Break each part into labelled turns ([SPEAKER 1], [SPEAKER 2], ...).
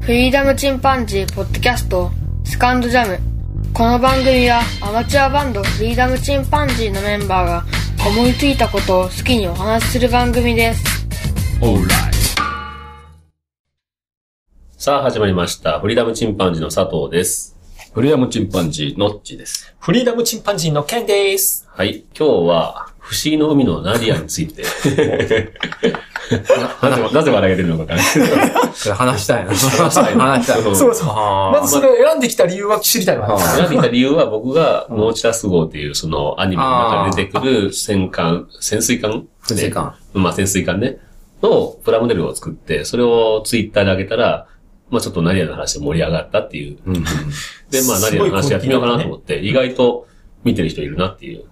[SPEAKER 1] フリーダムチンパンジーポッドキャストスカンドジャムこの番組はアマチュアバンドフリーダムチンパンジーのメンバーが思いついたことを好きにお話しする番組です
[SPEAKER 2] さあ、始まりました。フリーダムチンパンジーの佐藤です。
[SPEAKER 3] フリーダムチンパンジー、ノッチです。
[SPEAKER 4] フリーダムチンパンジーのケンです。
[SPEAKER 2] はい。今日は、不思議の海のナディアにつ いて。なぜ、なぜ笑えるのかわからない。
[SPEAKER 3] それ 話したいな。話したい。話したい。
[SPEAKER 2] そう
[SPEAKER 4] そうそう。まずそれを選んできた理由は知りたいわ。
[SPEAKER 2] 選んできた理由は僕が、ノーチラス号っていう、そのアニメの中に出てくる戦艦、潜水艦
[SPEAKER 3] 潜水艦。
[SPEAKER 2] 船まあ潜水艦ね。のプラモデルを作って、それをツイッターで上げたら、まあちょっとナディアの話で盛り上がったっていう。
[SPEAKER 3] うん
[SPEAKER 2] で、まあナディアの話やってみようかなと思って、意外と見てる人いるなっていう。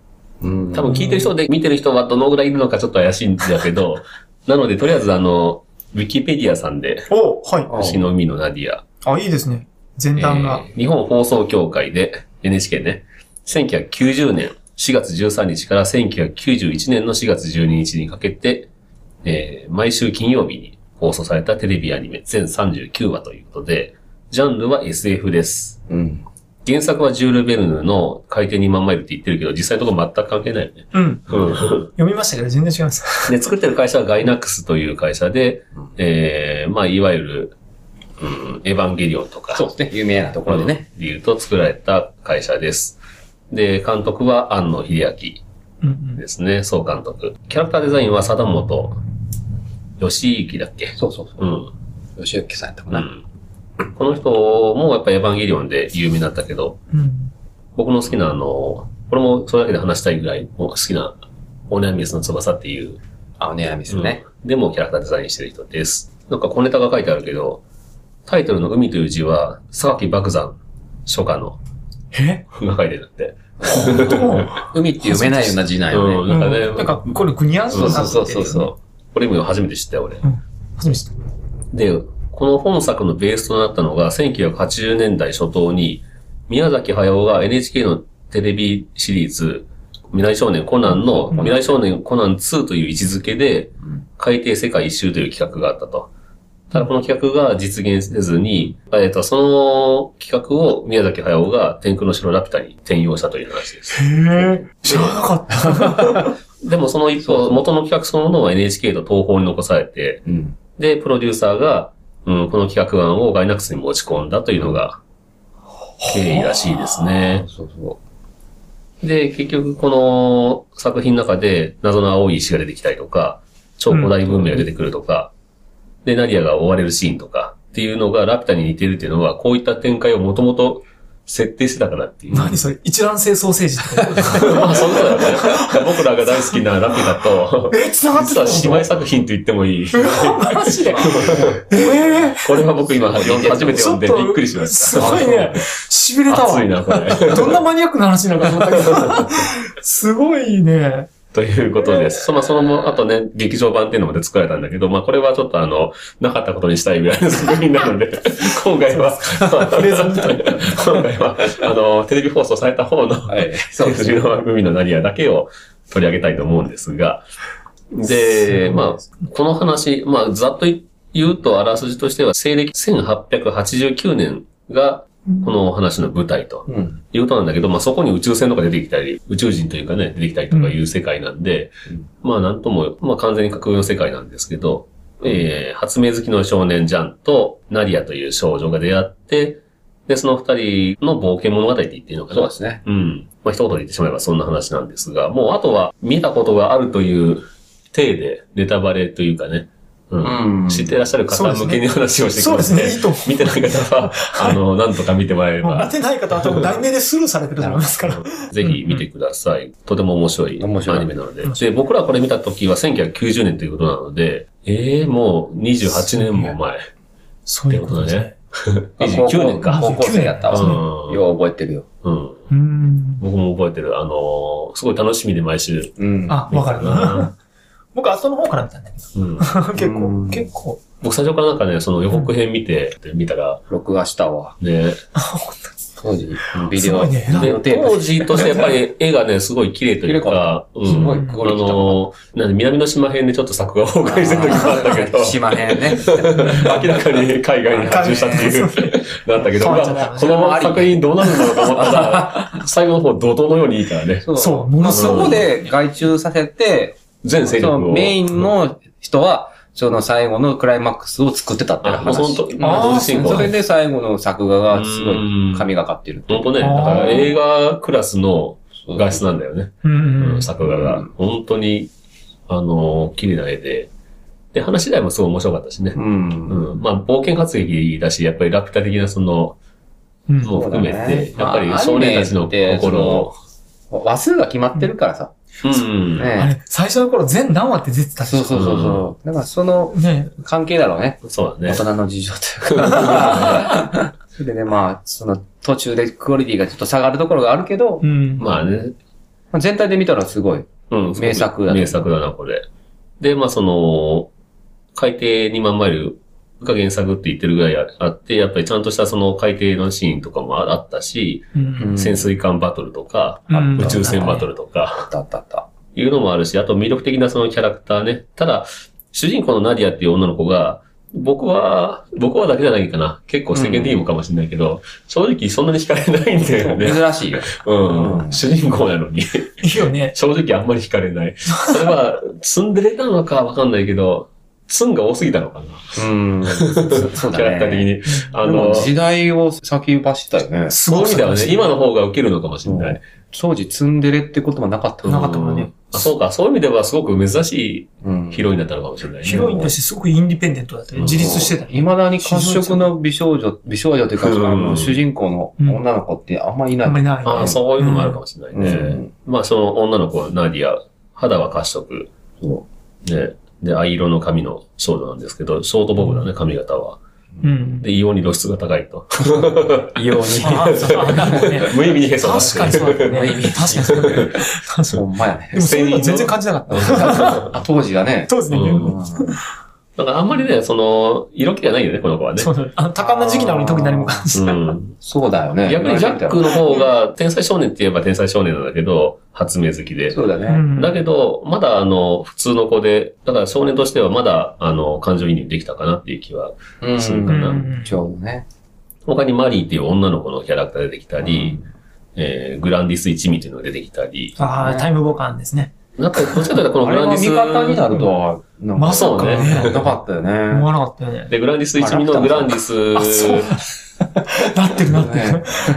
[SPEAKER 3] うん。
[SPEAKER 2] 多分聞いてる人で見てる人はどのぐらいいるのかちょっと怪しいんだけど、 なのでとりあえずあの、ウィキペディアさんで、
[SPEAKER 4] おは
[SPEAKER 2] 星の海のナディア、
[SPEAKER 4] い。あ、いいですね。前段が。
[SPEAKER 2] えー日本放送協会で NHK ね、1990年4月13日から1991年の4月12日にかけて、えー毎週金曜日に放送されたテレビアニメ全39話ということで、ジャンルは SF です。
[SPEAKER 3] うん。
[SPEAKER 2] 原作はジュール・ベルヌの回転2万マイルって言ってるけど、実際のところ全く関係ないよね。
[SPEAKER 4] うん。
[SPEAKER 2] うん。
[SPEAKER 4] 読みましたけど全然違います。
[SPEAKER 2] で、作ってる会社はガイナックスという会社で、ええまあ、いわゆる、うん、エヴァンゲリオンとか、
[SPEAKER 3] そうですね。有名なところでね。
[SPEAKER 2] 理由と作られた会社です。で、監督は安野秀
[SPEAKER 4] うんう
[SPEAKER 2] 明
[SPEAKER 4] ん。
[SPEAKER 2] ですね、総監督。キャラクターデザインは貞本義行だっけ
[SPEAKER 3] そうそうそう。
[SPEAKER 2] うん。
[SPEAKER 3] 吉行さんやったか
[SPEAKER 2] う
[SPEAKER 3] な。
[SPEAKER 2] ん。この人もやっぱエヴァンゲリオンで有名だったけど、
[SPEAKER 4] うん。
[SPEAKER 2] 僕の好きなあの、これもそれだけで話したいぐらい好きな、オネアミスの翼っていう
[SPEAKER 3] あ、お悩みですね。
[SPEAKER 2] うんでもキャラクターデザインしてる人です。なんか小ネタが書いてあるけど、タイトルの海という字は、榊漠山初夏の
[SPEAKER 4] え
[SPEAKER 2] が書いてるんだって。
[SPEAKER 4] 本当
[SPEAKER 3] 海って読めないような字なんよ
[SPEAKER 2] うん
[SPEAKER 3] ね。
[SPEAKER 2] なんかね
[SPEAKER 4] なんか、これグニャンと
[SPEAKER 2] そう
[SPEAKER 4] な
[SPEAKER 2] そう
[SPEAKER 4] って
[SPEAKER 2] そ
[SPEAKER 4] る。
[SPEAKER 2] うそうそう。これ今初めて知ったよ、俺。
[SPEAKER 4] 初めて知っ
[SPEAKER 2] で、この本作のベースとなったのが、1980年代初頭に、宮崎駿が NHK のテレビシリーズ、未来少年コナンの、
[SPEAKER 4] うん
[SPEAKER 2] 未来少年コナン2という位置づけで
[SPEAKER 3] うん、
[SPEAKER 2] 海底世界一周という企画があったと。ただこの企画が実現せずに、えっと、その企画を宮崎駿が天空の城ラピュタに転用したという話です。
[SPEAKER 4] た。へえ。知らなかった。
[SPEAKER 2] でもその一方、元の企画そのものは NHK と東宝に残されて、
[SPEAKER 3] うん。
[SPEAKER 2] で、プロデューサーが、うん、この企画案をガイナックスに持ち込んだというのが、経緯らしいですね。
[SPEAKER 3] そうそ
[SPEAKER 2] で、結局この作品の中で謎の青い石が出てきたりとか、超古代文明が出てくるとか、で、ナディアが追われるシーンとかっていうのがラピュタに似てるっていうのは、こういった展開をもともと設定してたからって いう。
[SPEAKER 4] 何それ一卵性ソーセージって。
[SPEAKER 2] まあ、そんなのね。 僕らが大好きなラピュタと、
[SPEAKER 4] え、繋がって
[SPEAKER 2] 実
[SPEAKER 4] た
[SPEAKER 2] は姉妹作品と言ってもいい。
[SPEAKER 4] マジで。え
[SPEAKER 2] これは僕今初めて読んでびっくりしました。
[SPEAKER 4] すごいね。痺れたわ
[SPEAKER 2] 熱い。な、これ。
[SPEAKER 4] どんなマニアックな話なのかと思ったけど。すごいね。
[SPEAKER 2] ということです。その、そのも、あとね、劇場版っていうのまで作られたんだけど、まあこれはちょっとあの、なかったことにしたいぐらいの作品なの で、今回は、
[SPEAKER 4] フレーズみたい
[SPEAKER 2] 今回は、あの、テレビ放送された方の
[SPEAKER 3] う。、はい。
[SPEAKER 2] そうですね。海のナリアだけを取り上げたいと思うんですが、で、まあ、この話、まあ、ざっと言うと、あらすじとしては、西暦1889年が、このお話の舞台と。
[SPEAKER 3] うん。
[SPEAKER 2] いうことなんだけど、まあ、そこに宇宙船とか出てきたり、宇宙人というかね、出てきたりとかいう世界なんで、
[SPEAKER 3] うん
[SPEAKER 2] まあ、なんとも、まあ、完全に架空の世界なんですけど、えー、発明好きの少年ジャンとナリアという少女が出会って、で、その二人の冒険物語って言っていいのかな
[SPEAKER 3] そうですね。
[SPEAKER 2] うん。まあ、一言で言ってしまえばそんな話なんですが、もうあとは見たことがあるという体で、ネタバレというかね、うん。
[SPEAKER 3] うん
[SPEAKER 2] 知ってらっしゃる方向けに話をしてき
[SPEAKER 4] そう
[SPEAKER 2] ま
[SPEAKER 4] で
[SPEAKER 2] して、
[SPEAKER 4] すね。いいと思う。
[SPEAKER 2] 見てない方は、あの、なんとか見てもらえれ
[SPEAKER 4] もう当
[SPEAKER 2] ば、
[SPEAKER 4] てない方は多分題名でスルーされてると思いますから。
[SPEAKER 2] ぜひ見てください。とても面白い
[SPEAKER 3] 面白い
[SPEAKER 2] アニメなので
[SPEAKER 4] 面。白
[SPEAKER 2] で、僕らこれ見た時は1990年ということなので、ええもう28年も前。
[SPEAKER 4] そういうことですね。
[SPEAKER 2] 29年か
[SPEAKER 3] 高校生やった
[SPEAKER 2] う
[SPEAKER 3] わ。
[SPEAKER 2] ん。
[SPEAKER 3] よう覚えてるよ。
[SPEAKER 2] うん。
[SPEAKER 4] うん。
[SPEAKER 2] 僕も覚えてる。あのーすごい楽しみで毎週。
[SPEAKER 3] うん
[SPEAKER 4] あ、わかるな。僕、後の方から見たんだけ
[SPEAKER 2] うん。
[SPEAKER 4] ど。結
[SPEAKER 3] うん
[SPEAKER 4] 構、結構。
[SPEAKER 2] 僕最初からなんかね、その予告編見て、見たら、
[SPEAKER 3] 録画したわ。
[SPEAKER 2] ね、
[SPEAKER 3] 当時、ビ
[SPEAKER 4] す
[SPEAKER 3] デオ、
[SPEAKER 4] ごいね
[SPEAKER 3] ビデオ
[SPEAKER 2] で
[SPEAKER 3] テー
[SPEAKER 2] 当
[SPEAKER 3] プ。
[SPEAKER 2] 時としてやっぱ り絵がね、すごい綺麗というか、うん。
[SPEAKER 3] すごい
[SPEAKER 2] あ
[SPEAKER 3] クオリティ高
[SPEAKER 2] の、なんで南の島辺でちょっと作画崩 壊してる時もあったけど、
[SPEAKER 3] 島辺ね。
[SPEAKER 2] 明らかに海外に発注したっていう、なったけど、
[SPEAKER 4] そう
[SPEAKER 2] ま
[SPEAKER 4] なんじゃない
[SPEAKER 2] あこのまま作品どうなるんだろうと思った ら、最後の方怒涛のようにいいからね、
[SPEAKER 3] そ
[SPEAKER 4] そうものす
[SPEAKER 3] そ
[SPEAKER 4] ごい
[SPEAKER 3] こで外注させて、
[SPEAKER 2] 全勢
[SPEAKER 3] そ
[SPEAKER 2] 力
[SPEAKER 3] の
[SPEAKER 2] を。
[SPEAKER 3] メインの人は、その最後のクライマックスを作ってたっていう
[SPEAKER 2] あ、もう
[SPEAKER 3] 話。
[SPEAKER 2] そのと、同時進行
[SPEAKER 3] そ
[SPEAKER 2] だ
[SPEAKER 3] れ
[SPEAKER 2] ね。
[SPEAKER 3] で最後の作画がすごい神がかってる。
[SPEAKER 2] 本当ね、だから映画クラスの画質なんだよね。
[SPEAKER 4] うんうん。
[SPEAKER 2] 作画が
[SPEAKER 3] うん。
[SPEAKER 2] 本当に、あの、綺麗な絵で。で、話自体もすごい面白かったしね
[SPEAKER 3] う。ん。
[SPEAKER 2] うん。まあ、冒険活劇だし、やっぱりラピュタ的なその、
[SPEAKER 4] うん
[SPEAKER 2] もう含め
[SPEAKER 3] そうだ
[SPEAKER 2] て
[SPEAKER 3] ね、
[SPEAKER 2] やっぱり
[SPEAKER 3] まあ
[SPEAKER 2] 少年たちの
[SPEAKER 3] アニメって
[SPEAKER 2] 心を。
[SPEAKER 3] 話数が決まってるからさ。
[SPEAKER 2] うん。
[SPEAKER 3] ね
[SPEAKER 4] あれ、最初の頃全何話って出てたし。
[SPEAKER 3] そうそうそうそう。だからその
[SPEAKER 4] ね
[SPEAKER 3] 関係だろうね。
[SPEAKER 2] そうだね。
[SPEAKER 3] 大人の事情というか。 それでね、まあ、その途中でクオリティがちょっと下がるところがあるけど、
[SPEAKER 4] うん。
[SPEAKER 2] まあね。
[SPEAKER 3] まあ全体で見たらすごい。
[SPEAKER 2] うん。
[SPEAKER 3] 名作だね
[SPEAKER 2] 名作だな、これ。で、まあ、その、海底2万マイルが原作って言ってるぐらいああって、やっぱりちゃんとしたその海底のシーンとかもあったし、
[SPEAKER 4] うん。
[SPEAKER 2] 潜水艦バトルとか、
[SPEAKER 4] うん
[SPEAKER 2] 宇宙船バトルとか、
[SPEAKER 3] あったあったあ った。
[SPEAKER 2] いうのもあるし、あと魅力的なそのキャラクターね。ただ、主人公のナディアっていう女の子が、僕は、僕はだけじゃないかな。結構世間的もかもしれないけど、正直そんなに惹かれないんだよね。
[SPEAKER 3] 珍しいよ。
[SPEAKER 2] うん。
[SPEAKER 3] うん
[SPEAKER 2] 主人公なのに。
[SPEAKER 4] いいよね。
[SPEAKER 2] 正直あんまり惹かれ ない。それは、ツンデレなのかわかんないけど、ツンが多すぎたのかな。
[SPEAKER 3] うん。そう
[SPEAKER 2] キャラクタ
[SPEAKER 3] だ
[SPEAKER 2] ー的
[SPEAKER 3] ね。
[SPEAKER 2] に。あ
[SPEAKER 3] でも
[SPEAKER 2] の、
[SPEAKER 3] 時代を先走ったよね。
[SPEAKER 4] す
[SPEAKER 2] そういう
[SPEAKER 4] ご
[SPEAKER 2] 意
[SPEAKER 4] い
[SPEAKER 2] 味ではね、今の方が受けるのかもしれない。
[SPEAKER 3] 当時ツンデレって言葉なかった
[SPEAKER 2] うん
[SPEAKER 4] なかったもんね。
[SPEAKER 2] あそうか、そういう意味ではすごく珍し
[SPEAKER 3] うん
[SPEAKER 2] いヒロインだったのかもしれないね。
[SPEAKER 4] ヒロインだし、すごくインディペンデントだったね。
[SPEAKER 2] うん
[SPEAKER 4] 自立してたね。
[SPEAKER 3] 未だに褐色の美少女、美少女というか、
[SPEAKER 2] うん
[SPEAKER 3] あの主人公の女の子ってあんまいな
[SPEAKER 4] あ
[SPEAKER 3] い。
[SPEAKER 4] んまりない。
[SPEAKER 2] ああ、そういうのもあるかもしれないね。
[SPEAKER 3] うん
[SPEAKER 2] まあ、その女の子はナディア、肌は褐色。
[SPEAKER 3] そ
[SPEAKER 2] ね。で、藍色の髪の少女なんですけど、ショートボブだね、髪型は。
[SPEAKER 4] うん。
[SPEAKER 2] で、異様に露出が高いと。
[SPEAKER 3] 異 様に。
[SPEAKER 4] ああ、そう、あなんかね。
[SPEAKER 2] 無意味にへそを出し
[SPEAKER 4] 確
[SPEAKER 2] て
[SPEAKER 4] かにそうだ ったね。確かにそうだったね。確か
[SPEAKER 3] ほ
[SPEAKER 4] に。
[SPEAKER 3] んまやね。
[SPEAKER 4] でもそういうの全然感じなかった。
[SPEAKER 3] あ当時だね。
[SPEAKER 4] そうですね。
[SPEAKER 2] うん
[SPEAKER 4] うん
[SPEAKER 2] だからあんまりね、その、色気がないよね、この子はね
[SPEAKER 4] そ。うだねあの、多感な時期なのに特に何も感じ
[SPEAKER 2] う
[SPEAKER 4] ない。
[SPEAKER 2] ん。
[SPEAKER 3] そうだよね。
[SPEAKER 2] 逆にジャックの方が、天才少年って言えば天才少年なんだけど、発明好きで。
[SPEAKER 3] そうだ
[SPEAKER 4] う
[SPEAKER 3] ね。
[SPEAKER 4] ん
[SPEAKER 2] だけど、まだあの、普通の子で、だから少年としてはまだ、あの、感情移入できたかなっていう気は
[SPEAKER 3] うん。
[SPEAKER 2] する
[SPEAKER 4] う
[SPEAKER 2] か
[SPEAKER 4] ん
[SPEAKER 2] な。
[SPEAKER 3] ちょうどね。
[SPEAKER 2] 他にマリーっていう女の子のキャラクター出てきたり、えー、グランディス一味っていうのが出てきたり、
[SPEAKER 4] ああ、タイムボカンですね。
[SPEAKER 2] なんか、どっちかというとこの
[SPEAKER 3] あ
[SPEAKER 2] グ
[SPEAKER 3] れ
[SPEAKER 2] ラン
[SPEAKER 3] は
[SPEAKER 2] ディス、
[SPEAKER 3] 味方になるとは、なんか
[SPEAKER 4] まさかね
[SPEAKER 3] なかったよ
[SPEAKER 4] 思わな
[SPEAKER 3] ね。
[SPEAKER 4] かったよね。
[SPEAKER 2] で、グランディス一味のグランディス、
[SPEAKER 4] あ、そう。 なってるなって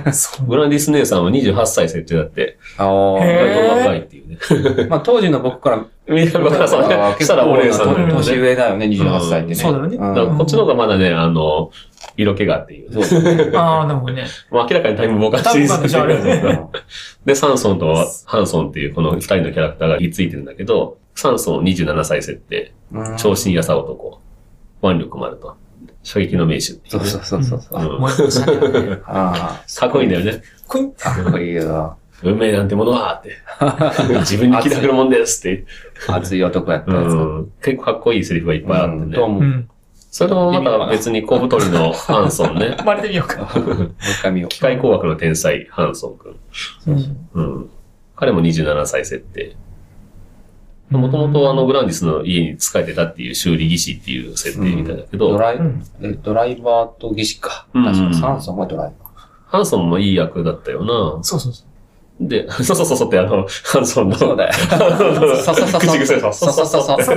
[SPEAKER 4] る。そう。
[SPEAKER 2] グランディス姉さんは28歳設定だって、
[SPEAKER 3] あー
[SPEAKER 4] へ
[SPEAKER 2] 意外と若いっていうね。
[SPEAKER 3] まあ当時の僕から、
[SPEAKER 2] みんな若さん
[SPEAKER 3] あ
[SPEAKER 2] ね
[SPEAKER 3] ー、
[SPEAKER 2] したらお姉さんだよ
[SPEAKER 4] うん
[SPEAKER 2] ね。
[SPEAKER 3] 年
[SPEAKER 2] だ
[SPEAKER 3] 上だよね、28歳ってね。
[SPEAKER 4] そうだよね
[SPEAKER 2] か
[SPEAKER 3] う
[SPEAKER 2] ら
[SPEAKER 3] ん
[SPEAKER 2] こっちの方がまだね、あの、色気があっていうね。
[SPEAKER 3] そうだね。
[SPEAKER 4] ああ、なるほどね。
[SPEAKER 2] もう明らかにタイムボカ
[SPEAKER 4] タ
[SPEAKER 2] シ
[SPEAKER 4] イ
[SPEAKER 2] リ
[SPEAKER 4] ムボカンでしょあれ
[SPEAKER 2] ーズ。で、サンソンとハンソンっていうこの二人のキャラクターがひっついてるんだけど、サンソン27歳設定。
[SPEAKER 3] うん
[SPEAKER 2] 長身やさ男。腕力もあると。射撃の名手ってい
[SPEAKER 3] そうう
[SPEAKER 2] ね。
[SPEAKER 3] そうそうそう。
[SPEAKER 2] うん
[SPEAKER 4] 思いましたね。
[SPEAKER 3] ああ。
[SPEAKER 2] かっこいいんだよね。
[SPEAKER 4] こい
[SPEAKER 3] かっこいいよ。
[SPEAKER 2] 運命なんてものはって。自分に気楽なもんです って。
[SPEAKER 3] 熱い男やった
[SPEAKER 2] う
[SPEAKER 3] やつ。
[SPEAKER 2] ん、結構かっこいいセリフがいっぱいあって
[SPEAKER 3] うん
[SPEAKER 2] ね。
[SPEAKER 3] どうも。
[SPEAKER 4] う。。
[SPEAKER 3] もうん
[SPEAKER 2] それもまた別に小太りのハンソンね
[SPEAKER 4] 真似てみようか。
[SPEAKER 3] 一回見よう。
[SPEAKER 2] 機械工学の天才、ハンソン君。
[SPEAKER 4] うん
[SPEAKER 2] うん。彼も27歳設定。もともとあの、グランディスの家に仕えてたっていう修理技師っていう設定みたいだけど、
[SPEAKER 3] ドライ
[SPEAKER 4] うん、
[SPEAKER 3] えドライバーと技師か。
[SPEAKER 2] うん
[SPEAKER 3] 確か酸素もドライバー。
[SPEAKER 2] ハンソンもいい役だったよな。
[SPEAKER 4] そうそうそう。
[SPEAKER 2] で、そうそうそうそうってあの、ハンソンの、
[SPEAKER 3] そうだよ。
[SPEAKER 2] 口
[SPEAKER 3] ささ ささ
[SPEAKER 2] 癖さ、
[SPEAKER 3] ささささ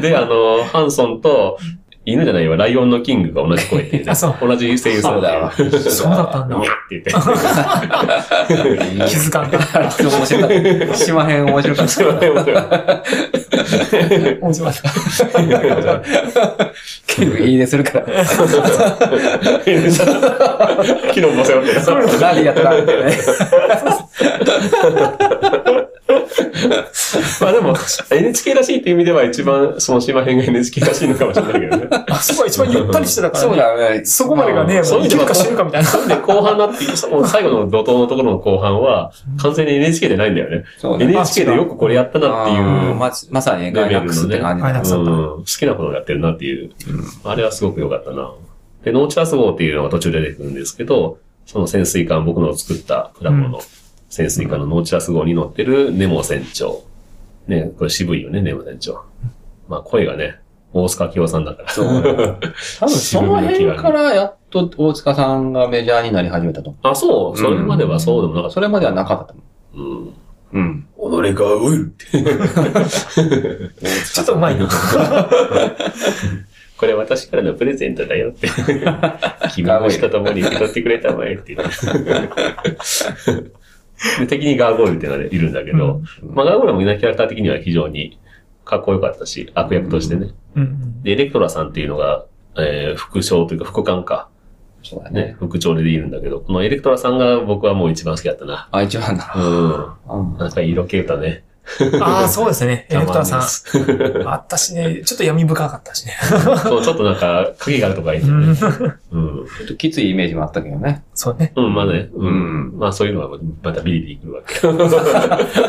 [SPEAKER 2] で、あの、ハンソンと、犬じゃないわ、ライオンのキングが同じ声っていうね
[SPEAKER 4] あそう
[SPEAKER 2] 同じ声優さんだよ。
[SPEAKER 4] そうだったんだ
[SPEAKER 2] に。ゃって言って。そ
[SPEAKER 4] 気 づかんかっ
[SPEAKER 3] あれ面白かった。島編面白かっ
[SPEAKER 2] れはね面白い
[SPEAKER 4] た。面白かった。
[SPEAKER 3] た。いいねするから。
[SPEAKER 2] 昨日も背負ってた。
[SPEAKER 3] ラリアとラリアね。
[SPEAKER 2] まあでも、NHK らしいっていう意味では一番、その島編が NHK らしいのかもしれないけどね。
[SPEAKER 4] あそこは一番ゆったりしてたから、ね。
[SPEAKER 3] そうだよね。
[SPEAKER 4] そこまでがね、
[SPEAKER 2] そ
[SPEAKER 4] も
[SPEAKER 2] ういうう意
[SPEAKER 4] 生
[SPEAKER 2] 味では
[SPEAKER 4] きるか死ぬかみたいな。
[SPEAKER 2] で、後半になって、もう最後の怒涛のところの後半は、完全に NHK じゃないんだよね。
[SPEAKER 3] そうね。
[SPEAKER 2] NHK でよくこれやったなってい
[SPEAKER 3] あー
[SPEAKER 2] う。
[SPEAKER 3] ままさにガイナックスって感じだ
[SPEAKER 4] レベルのねガイナックス
[SPEAKER 2] うん好きなことをやってるなっていう。あれはすごく良かったな。で、ノーチャース号っていうのが途中で出てくるんですけど、その潜水艦、僕の作ったプラモの潜水艦のノーチャース号に乗ってるネモ船長。ね、これ渋いよね、ネモ船長。まあ声がね、大塚明夫さんだから。
[SPEAKER 3] 多分その辺からやっと大塚さんがメジャーになり始めたと思
[SPEAKER 2] あ、そう、それまではそうでもなか
[SPEAKER 3] う。
[SPEAKER 2] っ
[SPEAKER 3] それまではなかったと思
[SPEAKER 2] た。うん。
[SPEAKER 3] う。うん。
[SPEAKER 2] 己がウイルって。
[SPEAKER 4] ちょっとうまいな。
[SPEAKER 2] これ私からのプレゼントだ よって。君の死と共に受け取ってくれたまえ って言って。で敵にガーゴイルっていうのがいるんだけど、まあガーゴイルもみんなキャラクター的には非常にかっこよかったし、悪役としてね。
[SPEAKER 4] うんうん。
[SPEAKER 2] で、エレクトラさんっていうのが、えー副将というか副官か。
[SPEAKER 3] そうだね
[SPEAKER 2] ね。、副長でいるんだけど、このエレクトラさんが僕はもう一番好きだったな。
[SPEAKER 3] あ、一番だ。
[SPEAKER 2] うん。
[SPEAKER 3] うん。
[SPEAKER 2] なんか色気だね。
[SPEAKER 4] ああ、そうですね。エレクトラさん
[SPEAKER 2] た。まんない です
[SPEAKER 4] あったしね、ちょっと闇深かったしね。
[SPEAKER 2] そう、ちょっとなん か、影があるとかいいんだよ
[SPEAKER 4] うん
[SPEAKER 2] ね。うん。
[SPEAKER 3] ちょっときついイメージもあったけど ね。
[SPEAKER 4] そうね。
[SPEAKER 2] うん、まあね。う。
[SPEAKER 3] うん
[SPEAKER 2] まあそういうのはまたビリビリくるわ け。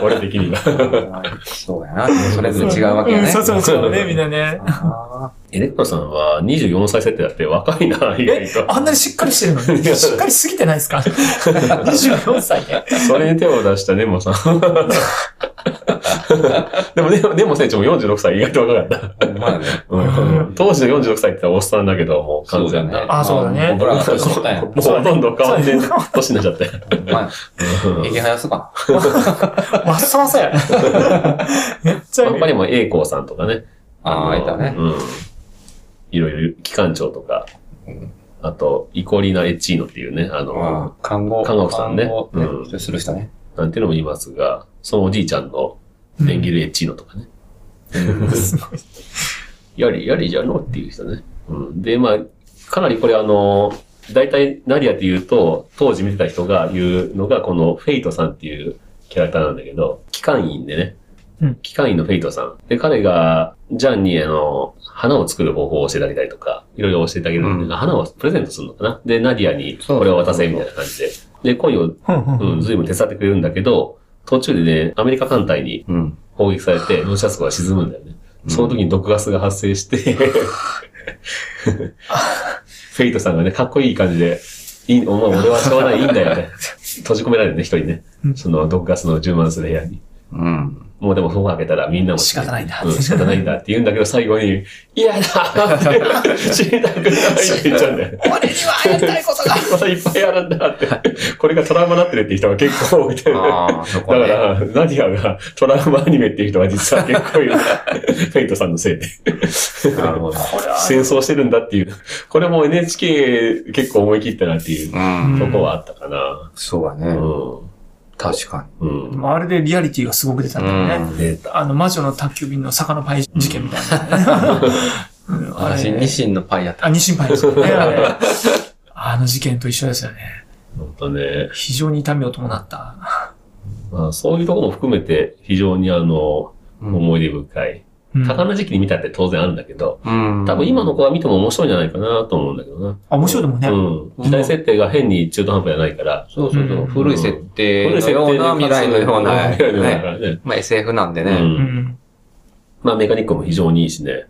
[SPEAKER 2] 俺的には。
[SPEAKER 3] そうやな。それぞれ違うわけや
[SPEAKER 4] ん
[SPEAKER 3] ね。
[SPEAKER 4] そうそうそうね、みんなね。
[SPEAKER 3] あ
[SPEAKER 2] エレクトラさんは24歳設定だって若いな、意
[SPEAKER 4] え
[SPEAKER 2] 外、と。
[SPEAKER 4] あんなにしっかりしてるのに、しっかりしすぎてないですか ?24 歳で。
[SPEAKER 2] それに手を出したネモさん。 でもネモ、ネモ選手も46歳意外と若かった。
[SPEAKER 3] ーまあね。
[SPEAKER 2] うん当時の46歳って言ったらおっさんだけど、もう完全な。
[SPEAKER 4] あそうだね
[SPEAKER 3] 僕らがそうしたんや。
[SPEAKER 2] もうほとんど変わってん年になっち ゃって。
[SPEAKER 3] まあ、ひげ生やすか。
[SPEAKER 4] 真っさまさや。めっちゃいい
[SPEAKER 2] やっぱりもう栄光さんとかね。
[SPEAKER 3] ああ、いたね。
[SPEAKER 2] うん。いろいろ、機関長とか、あと、イコリナ・エッチーノっていうね、あの、
[SPEAKER 3] まあ、看護。
[SPEAKER 2] 看護婦さんね
[SPEAKER 3] 看護
[SPEAKER 2] うん
[SPEAKER 3] ねする人ね。
[SPEAKER 2] なんていうのも言いますが、そのおじいちゃんのエンギル・エッチーノとかね。
[SPEAKER 4] すごい
[SPEAKER 2] やり、やりじゃのっていう人ね。うん。で、まあ、かなりこれあの、大体、ナリアって言うと、当時見てた人が言うのが、このフェイトさんっていうキャラクターなんだけど、機関員でね。
[SPEAKER 4] うん
[SPEAKER 2] 機関員のフェイトさん。で、彼が、ジャンに、あの、花を作る方法を教えてあげたりとか、いろいろ教えてあげるんで、
[SPEAKER 3] うん
[SPEAKER 2] 花をプレゼントするのかな。で、ナディアに、これを渡せ、みたいな感じで。で、恋を、
[SPEAKER 4] うんうん
[SPEAKER 2] うん、随分手伝ってくれるんだけど、途中でね、アメリカ艦隊に
[SPEAKER 3] うん。
[SPEAKER 2] 砲撃され て、ロシアスコが沈むんだよね。その時に毒ガスが発生 して、フェイトさんがね、かっこいい感じで、いい、お前俺はしょうがない、いいんだよね。閉じ込められるね、一人ね
[SPEAKER 4] う。ん
[SPEAKER 2] その毒ガスの充満する部屋に。
[SPEAKER 3] うん。
[SPEAKER 2] もうでも、そこ開けたらみんなも
[SPEAKER 4] 仕方ないんだ
[SPEAKER 2] うん仕方ないんだって言うんだけど、最後に、嫌だ って、死にたくないって言っちゃうんだよね。
[SPEAKER 4] 俺にはやりたいことが。
[SPEAKER 2] まだいっぱいあるんだって。これがトラウマになってるって人が結構多いみたいな。
[SPEAKER 3] ああ、そこ
[SPEAKER 2] だか
[SPEAKER 3] ね。
[SPEAKER 2] ら、ナディアがトラウマアニメっていう人は実は結構い る。フェイトさんのせいで。
[SPEAKER 3] なるほど。
[SPEAKER 2] 戦争してるんだっていう。これも NHK 結構思い切ったなっていう
[SPEAKER 3] うん。
[SPEAKER 2] とこはあったかな。
[SPEAKER 3] そうだ
[SPEAKER 2] う
[SPEAKER 3] ね。
[SPEAKER 2] ん。
[SPEAKER 3] 確か
[SPEAKER 2] うん。
[SPEAKER 4] あれでリアリティがすごく出たん
[SPEAKER 3] に。
[SPEAKER 4] だよね。
[SPEAKER 3] ん
[SPEAKER 2] で、
[SPEAKER 4] あの、魔女の宅急便の坂のパイ事件みたいなね。うんあ
[SPEAKER 3] 私、ニ
[SPEAKER 4] れ
[SPEAKER 3] シンのパイやった。
[SPEAKER 4] あ、ニシンパイですよね。あれあの事件と一緒ですよね。
[SPEAKER 2] ほんとね。
[SPEAKER 4] 非常に痛みを伴った。
[SPEAKER 2] まあ、そういうところも含めて非常にあの、
[SPEAKER 3] い。
[SPEAKER 2] 思い出深い。
[SPEAKER 4] うん
[SPEAKER 2] 高な時期に見たって当然あるんだけど、
[SPEAKER 3] うん。
[SPEAKER 2] 多分今の子は見ても面白いんじゃないかなと思うんだけどな。
[SPEAKER 4] あ面白いと思うね
[SPEAKER 2] うん。時代設定が変に中途半端じゃないから。
[SPEAKER 3] そうそうそうう。
[SPEAKER 4] ん
[SPEAKER 3] 古い設定
[SPEAKER 2] 古い
[SPEAKER 3] の
[SPEAKER 2] 設
[SPEAKER 3] よ
[SPEAKER 2] 定
[SPEAKER 3] う
[SPEAKER 2] で
[SPEAKER 3] な未来のような。
[SPEAKER 2] 未来のような
[SPEAKER 3] ね
[SPEAKER 2] からね。
[SPEAKER 3] まあ SF なんで
[SPEAKER 2] う
[SPEAKER 3] ね。
[SPEAKER 2] ん。
[SPEAKER 4] ん。
[SPEAKER 2] まあ、メカニックも非常にいいしね。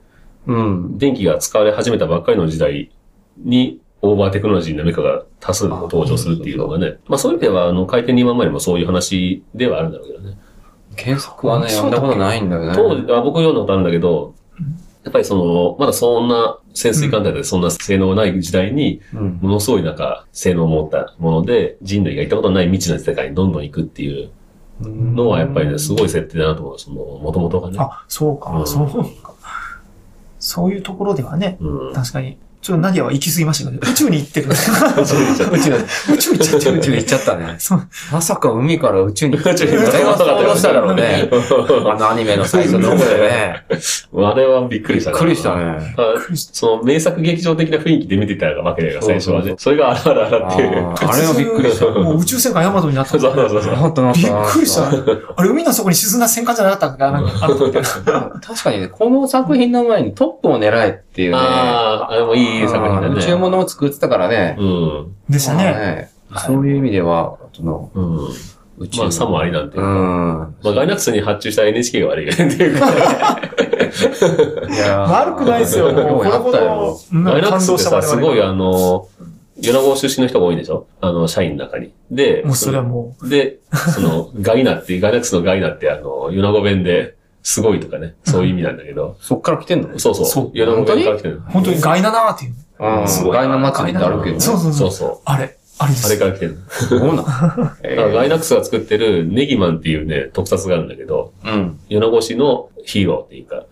[SPEAKER 3] うん。
[SPEAKER 2] 電気が使われ始めたばっかりの時代に、オーバーテクノロジーのメカが多数登場するっていうのがね。まあそういう意味では、あの、回転2万枚もそういう話ではあるんだろうけどね。
[SPEAKER 3] 原作はね、読んだことないんだよね。
[SPEAKER 2] 当時、あ僕読んだことあるんだけど、やっぱりその、まだそんな潜水艦隊でそんな性能がない時代に、
[SPEAKER 3] うん。
[SPEAKER 2] ものすごいなんか性能を持ったもので、人類が行ったことのない未知な世界にどんどん行くっていうのはやっぱりね、すごい設定だなと思う。その、元々がね。
[SPEAKER 4] あ、そう
[SPEAKER 2] う
[SPEAKER 4] か、
[SPEAKER 2] ん
[SPEAKER 4] そうか。そういうところではね、
[SPEAKER 2] うん。
[SPEAKER 4] 確かに。ちょっとナディアは行き過ぎましたけど、宇宙に行ってる。
[SPEAKER 3] 宇宙、
[SPEAKER 4] 宇宙行っちゃって
[SPEAKER 3] 宇
[SPEAKER 4] る。
[SPEAKER 3] 宙行っちゃったね。
[SPEAKER 4] そう。
[SPEAKER 3] まさか海から宇宙に。
[SPEAKER 2] 宇宙に
[SPEAKER 3] 誰が想像しただろうね。あのアニメの最初のとこでね。
[SPEAKER 2] あれはびっくりし
[SPEAKER 3] び
[SPEAKER 2] た
[SPEAKER 3] っ
[SPEAKER 2] な
[SPEAKER 3] くりしたね。
[SPEAKER 2] ただ
[SPEAKER 4] くりし
[SPEAKER 2] その名作劇場的な雰囲気で見てたわけだから、
[SPEAKER 3] そ
[SPEAKER 2] 最
[SPEAKER 3] う
[SPEAKER 2] 初
[SPEAKER 3] そう
[SPEAKER 2] はね。それがあらあらあら
[SPEAKER 3] あ
[SPEAKER 2] っていう。
[SPEAKER 3] ーあれはびっくりした。
[SPEAKER 4] もう宇宙戦艦ヤマトになった
[SPEAKER 2] そ
[SPEAKER 4] ん
[SPEAKER 2] うそ
[SPEAKER 4] だね。
[SPEAKER 2] うそうそう。
[SPEAKER 3] 本当な
[SPEAKER 4] びっくりした。あれ、海の底に沈んだ戦艦じゃなかったんかなんかあったみたいな。
[SPEAKER 3] 確かにね、この作品の前にトップを狙えっていうね。
[SPEAKER 2] ああ、あれもいい作品だね。
[SPEAKER 3] 宇宙物を作ってたからね。
[SPEAKER 2] うん。
[SPEAKER 4] でしたね。
[SPEAKER 3] ねそういう意味では、その、
[SPEAKER 2] うん。
[SPEAKER 3] 宇宙
[SPEAKER 2] まあ、差もありなんで。
[SPEAKER 3] う
[SPEAKER 2] ま
[SPEAKER 3] ん。
[SPEAKER 2] あ、ガイナックスに発注した NHK が悪いっていうか、
[SPEAKER 3] いやー
[SPEAKER 4] 悪くないですよ。もう、これ
[SPEAKER 3] や
[SPEAKER 4] ほ
[SPEAKER 3] ったよ
[SPEAKER 4] ど。、うん
[SPEAKER 2] ガイナック
[SPEAKER 4] 感
[SPEAKER 2] スっ
[SPEAKER 4] 動
[SPEAKER 2] て
[SPEAKER 4] した
[SPEAKER 2] さ、す
[SPEAKER 4] 我々が
[SPEAKER 2] ごいあの、米子出身の人が多いんでしょあの、社員の中に。で、
[SPEAKER 4] もうそれはも
[SPEAKER 2] で、その、ガイナって、ガイナックスのガイナって、あの、米子弁で、すごいとかね、そういう意味なんだけど、
[SPEAKER 3] そっから来てんの
[SPEAKER 2] そうそう、
[SPEAKER 4] そう
[SPEAKER 2] 米子弁から来てるの
[SPEAKER 4] う、本当にガイナだなっていう。
[SPEAKER 3] うん。
[SPEAKER 2] すごい
[SPEAKER 3] ガイナ祭りってあるけど。
[SPEAKER 4] そうそう
[SPEAKER 2] そ
[SPEAKER 4] そうう。
[SPEAKER 2] そう。
[SPEAKER 4] あれ、あれで
[SPEAKER 2] あれ
[SPEAKER 4] す。
[SPEAKER 2] から来てるの。
[SPEAKER 3] そうなん。え
[SPEAKER 2] だからガイ
[SPEAKER 3] ー
[SPEAKER 2] ナックスが作ってるネギマンっていうね、特撮があるんだけど、
[SPEAKER 3] うん。
[SPEAKER 2] 米子市のヒーローっていうか、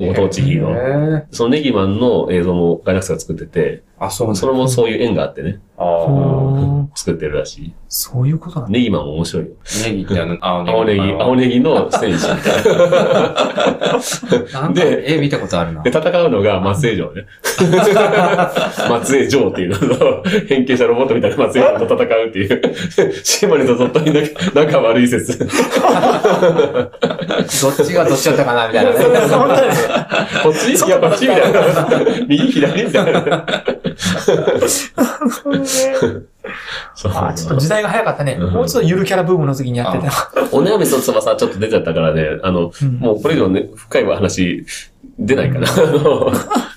[SPEAKER 2] ご当地ヒーロー。
[SPEAKER 3] へー
[SPEAKER 2] そのネギマンの映像もガイナックスが作ってて、
[SPEAKER 3] あ、そうなんだ
[SPEAKER 2] それもそういう縁があってね、
[SPEAKER 3] あ
[SPEAKER 4] ほー
[SPEAKER 2] 作ってるらしい。
[SPEAKER 4] そういうことなんだ。
[SPEAKER 2] ネギマンも面白いよ。
[SPEAKER 3] あ。ネギってあの、青
[SPEAKER 2] 青ネギ、青ネギの戦士。
[SPEAKER 3] なんか
[SPEAKER 2] で
[SPEAKER 3] 絵見たことあ るな
[SPEAKER 2] で、。戦うのが松江 城ね。松江城っていうのを変形したロボットみたいな松江城と戦うっていう、シンマリとゾットに仲悪い説。
[SPEAKER 3] どっちがどっちだったかな、みたいなね。
[SPEAKER 4] 本当に
[SPEAKER 2] こっちいや、こっちみたいな。右、左みたい な。そう
[SPEAKER 4] あーちょっと時代が早かったね。もうちょっとゆるキャラブームの時にやってた。
[SPEAKER 2] お悩みと翼ちょっと出ちゃったからね、あの、
[SPEAKER 4] うん
[SPEAKER 2] もうこれ以上ね、深い話、出ないかな。あ の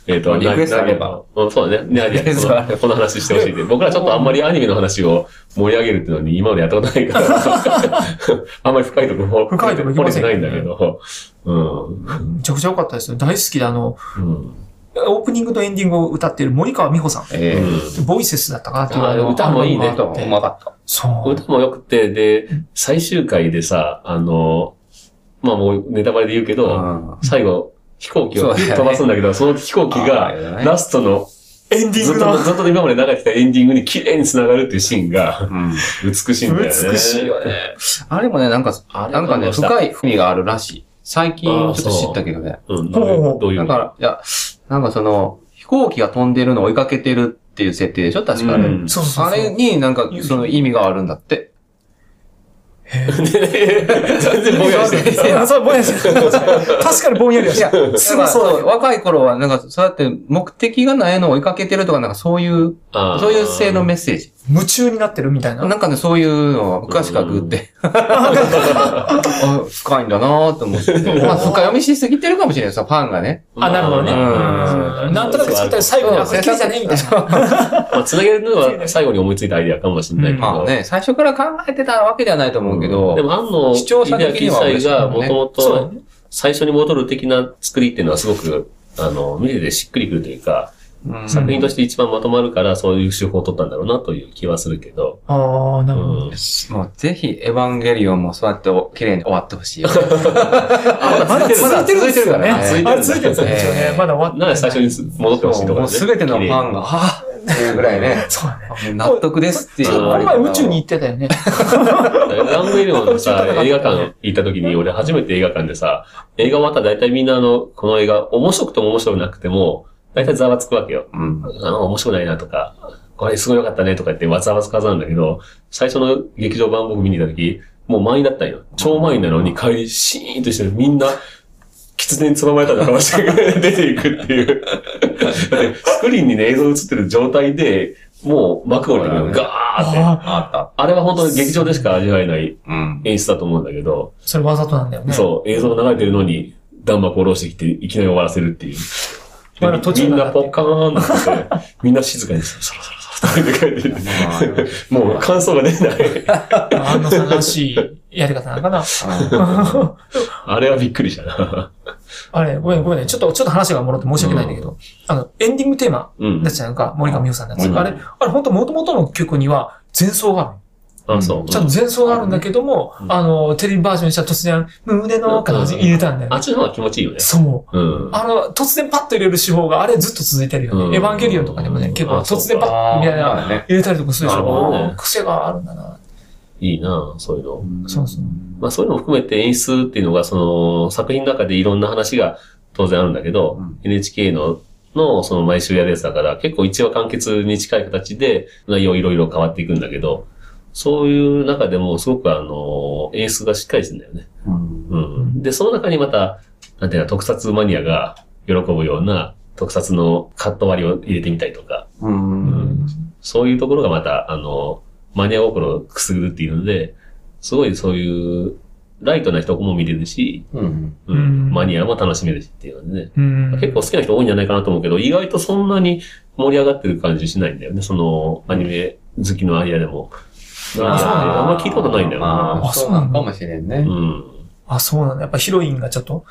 [SPEAKER 2] えっと、
[SPEAKER 3] リクエストあれば
[SPEAKER 2] な。うん そうだね。ね、あり
[SPEAKER 3] リクエストあれ
[SPEAKER 2] このこの話してほしいんで。僕らちょっとあんまりアニメの話を盛り上げるっていうのに今までやったことない から、あんまり深いところ、
[SPEAKER 4] 深いとこ行き
[SPEAKER 2] 掘れ
[SPEAKER 4] ま
[SPEAKER 2] て
[SPEAKER 4] せん
[SPEAKER 2] ないんだけど。うん。
[SPEAKER 4] めちゃくちゃ良かったですよ。大好きで、あの、
[SPEAKER 2] うん。
[SPEAKER 4] オープニングとエンディングを歌っている森川美穂さん。
[SPEAKER 3] えー
[SPEAKER 4] ボイセスだったかなっていう
[SPEAKER 2] あー
[SPEAKER 4] の
[SPEAKER 2] 歌もいいね
[SPEAKER 4] アルバムがあって
[SPEAKER 3] うまかった。
[SPEAKER 4] そう。
[SPEAKER 2] 歌も良くて、で、最終回でさ、あの、まあもうネタバレで言うけど、
[SPEAKER 3] あ
[SPEAKER 2] 最後、飛行機を
[SPEAKER 3] そうだよね
[SPEAKER 2] 飛ばすんだけど、その飛行機が
[SPEAKER 3] あー
[SPEAKER 2] ラストの
[SPEAKER 4] エンディン
[SPEAKER 2] ずっ
[SPEAKER 4] グ
[SPEAKER 2] と、
[SPEAKER 4] の。
[SPEAKER 2] ずっと今まで流れてきたエンディングに綺麗に繋がるっていうシーンが
[SPEAKER 3] ーうん
[SPEAKER 2] 美しいんだよね。
[SPEAKER 4] 美しいよ
[SPEAKER 2] ね。
[SPEAKER 3] あれもね、なんか、
[SPEAKER 2] あれ
[SPEAKER 3] なんか
[SPEAKER 2] 感
[SPEAKER 3] ね、
[SPEAKER 2] 動した
[SPEAKER 3] 深い意味があるらしい。最近ちょっと知ったけどね。
[SPEAKER 2] うん、
[SPEAKER 4] ほうほうほう
[SPEAKER 2] どういう
[SPEAKER 3] だ
[SPEAKER 2] の
[SPEAKER 3] から、いや、なんかその、飛行機が飛んでるのを追いかけてるっていう設定でしょ確かあれ。
[SPEAKER 2] うん
[SPEAKER 4] そうそうそう。
[SPEAKER 3] あれ になんか、その意味があるんだって。
[SPEAKER 2] 全然ぼんやりしてる。
[SPEAKER 4] そうそう、ぼんやりしてる確かにぼんやりはしてる。すぐそうだよ。
[SPEAKER 3] 若い頃は、なんか、そうやって目的がないのを追いかけてるとか、なんかそういう、
[SPEAKER 2] あー
[SPEAKER 3] そういう性のメッセージ。
[SPEAKER 4] 夢中になってるみたいな。
[SPEAKER 3] なんかね、そういうのを昔からグって。 あ深いんだなーと思っ て。まあ、深読みしすぎてるかもしれないですよ、ファンがね。
[SPEAKER 2] ま
[SPEAKER 4] あ、なるほどね。
[SPEAKER 2] う
[SPEAKER 4] うんんなんとなく作ったら最後に、あ、これ綺麗だね、みたいな。
[SPEAKER 2] まあ、繋げるのは最後に思いついたアイデアかもしれないけど。
[SPEAKER 3] まあね、最初から考えてたわけではないと思うけど。
[SPEAKER 2] でも、安野
[SPEAKER 3] 視聴者的には嬉しい
[SPEAKER 2] が
[SPEAKER 3] よね
[SPEAKER 2] もともと最初に戻る的な作りっていうのはすごく、あの、見ててしっくりくるというか、
[SPEAKER 3] うん
[SPEAKER 2] 作品として一番まとまるから、そういう手法を取ったんだろうなという気はするけど。
[SPEAKER 4] ああ、な
[SPEAKER 2] う
[SPEAKER 4] るほど。
[SPEAKER 2] ん。
[SPEAKER 3] もうぜひ、エヴァンゲリオンもそうやってお綺麗に終わってほしいよね。
[SPEAKER 4] まだ続いてるんですよね。
[SPEAKER 3] まだ続いて
[SPEAKER 2] からね
[SPEAKER 4] あ続いてるんで
[SPEAKER 3] る
[SPEAKER 4] すよね一応ね。まだ終わっ
[SPEAKER 2] な
[SPEAKER 4] て
[SPEAKER 2] ん
[SPEAKER 4] ない。
[SPEAKER 2] で最初に戻ってほしいとかね。
[SPEAKER 3] もうすべてのファンが、はぁっていうぐらいね、
[SPEAKER 4] そうだね。
[SPEAKER 3] 納得ですってい
[SPEAKER 4] ち
[SPEAKER 3] う。
[SPEAKER 4] ょっとこの前宇宙に行ってたよね。
[SPEAKER 2] ランウェイのさ、映画館行った時に、俺初めて映画館でさ、映画終わったら大体みんなあの、この映画、面白くても面白くなくても、大体ざわつくわけよ。
[SPEAKER 3] うん。
[SPEAKER 2] あの、面白くないなとか、これすごい良かったねとか言ってわざわざかざなんだけど、最初の劇場版僕見に行った時、もう満員だったんよ。超満員なのに帰りシーンとしてるみんな、狐につままれた仲間して出ていくっていう。だってスクリーンにね、映像映ってる状態で、もう幕をてくるのガーって。
[SPEAKER 4] ああ、
[SPEAKER 3] あった。
[SPEAKER 2] あれは本当に劇場でしか味わえない
[SPEAKER 3] うん。
[SPEAKER 2] 演出だと思うんだけど、
[SPEAKER 4] それわざとなんだよね。
[SPEAKER 2] そう、映像が流れてるのに、弾幕を下ろしてきて、いきなり終わらせるっていう。
[SPEAKER 4] まだ途中
[SPEAKER 2] みん
[SPEAKER 4] なんだ
[SPEAKER 2] なポッカーンなんて、みんな静かにそろそろそろそろって書いて
[SPEAKER 3] まああれ
[SPEAKER 2] もう感想が出ない。
[SPEAKER 4] 安野さんらしいやり方なのかな。
[SPEAKER 2] あれはびっくりしたな。
[SPEAKER 4] あれ、ごめんごめんね。ちょっと、ちょっと話が戻って申し訳ないんだけど、あの、エンディングテーマ
[SPEAKER 2] うん
[SPEAKER 4] だっ。たのか、森川美穂さんのやつ。
[SPEAKER 2] うん
[SPEAKER 4] あれ、あれ本当元々の曲には前奏がある。
[SPEAKER 2] あ、そう。
[SPEAKER 4] ちゃんと前奏があるんだけども、
[SPEAKER 2] うん
[SPEAKER 4] あの、テレビバージョンにしたら突然、胸の形に入れたんだよね、
[SPEAKER 2] あっちの方が気持ちいいよね。
[SPEAKER 4] そう。
[SPEAKER 2] うん。
[SPEAKER 4] あの、突然パッと入れる手法があれずっと続いてるよね。
[SPEAKER 2] うん
[SPEAKER 4] エヴァンゲリオンとかでもね、結構
[SPEAKER 2] あそう
[SPEAKER 4] 突然パッとみたいな、
[SPEAKER 3] まあね。
[SPEAKER 4] 入れたりとかするでしょ。
[SPEAKER 2] なるほどね
[SPEAKER 4] おー癖があるんだな。
[SPEAKER 2] いいなそういうの。
[SPEAKER 4] そうそう。
[SPEAKER 2] まあそういうのも含めて演出っていうのが、その作品の中でいろんな話が当然あるんだけど、
[SPEAKER 3] うん
[SPEAKER 2] NHK の、のその毎週やるやつだから、結構一話完結に近い形で内容いろいろ変わっていくんだけど、そういう中でもすごくあの、演出がしっかりしてんだよね。
[SPEAKER 3] うん
[SPEAKER 2] うん。で、その中にまた、なんていうの、特撮マニアが喜ぶような特撮のカット割りを入れてみたりとか、
[SPEAKER 3] うん。
[SPEAKER 2] そういうところがまた、あの、マニア心をくすぐるっていうので、すごいそういう、ライトな人も見れるし、
[SPEAKER 3] うん。
[SPEAKER 2] うん
[SPEAKER 4] うん
[SPEAKER 2] マニアも楽しめるしっていうのでね。
[SPEAKER 4] うん。
[SPEAKER 2] 結構好きな人多いんじゃないかなと思うけど、意外とそんなに盛り上がってる感じしないんだよね。その、アニメ好きのアイアでも。なんかねあんま聞いたことないんだよ
[SPEAKER 3] ま
[SPEAKER 2] な。
[SPEAKER 3] あ、
[SPEAKER 4] あ
[SPEAKER 3] そ
[SPEAKER 4] そうう
[SPEAKER 3] な
[SPEAKER 4] な
[SPEAKER 3] の
[SPEAKER 4] の
[SPEAKER 3] かもしれんね
[SPEAKER 2] う。ん。
[SPEAKER 4] あ、そうなんだ。やっぱヒロインがちょっと、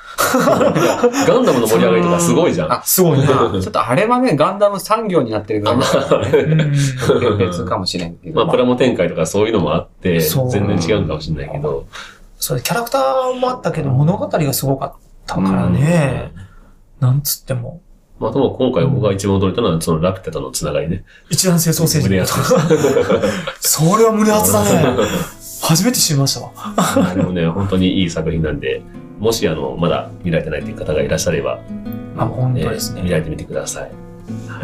[SPEAKER 2] ガンダムの盛り上がりとかすごいじゃん。
[SPEAKER 3] あ
[SPEAKER 4] すごいね。
[SPEAKER 3] まあちょっとあれはね、ガンダム産業になってるぐらいだか らね。
[SPEAKER 4] うん。
[SPEAKER 3] 別かもしれんけ
[SPEAKER 2] ま
[SPEAKER 3] ど。
[SPEAKER 2] あ、プラモ展開とかそういうのもあって、
[SPEAKER 4] そう
[SPEAKER 2] 全然違うかもしれないけど。
[SPEAKER 4] それキャラクターもあったけど、物語がすごかったからね。なんつっても。
[SPEAKER 2] まあ、でも今回僕が一番驚いたのは、そのラピュタとのつながりね。
[SPEAKER 4] 一卵性ソーセージ。
[SPEAKER 2] 胸熱
[SPEAKER 4] それは胸熱 だね。初めて知りましたわ。
[SPEAKER 2] でもね、 本当にいい作品なんで、もし、あの、まだ見られてないという方がいらっしゃれば、
[SPEAKER 4] あ、本
[SPEAKER 2] え
[SPEAKER 4] 当
[SPEAKER 2] ー
[SPEAKER 4] です
[SPEAKER 2] 見ら
[SPEAKER 4] ね。
[SPEAKER 2] れてみてください。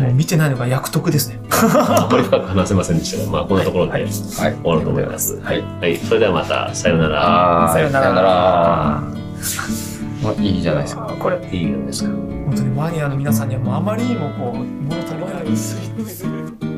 [SPEAKER 4] もう見てないのが役得ですね。
[SPEAKER 2] あんまり深く話せませんでしたが、まあ、こんなところで終
[SPEAKER 3] はい。
[SPEAKER 2] わろうと思います。
[SPEAKER 3] はい。
[SPEAKER 2] はい、それではまた、さようなら。
[SPEAKER 3] あー
[SPEAKER 4] さよなら
[SPEAKER 3] さよなら。もういいじゃないですか。
[SPEAKER 4] これ、
[SPEAKER 2] いいんですか
[SPEAKER 4] 本当にマニアの皆さんにはもうあまりにもこう、物足りない。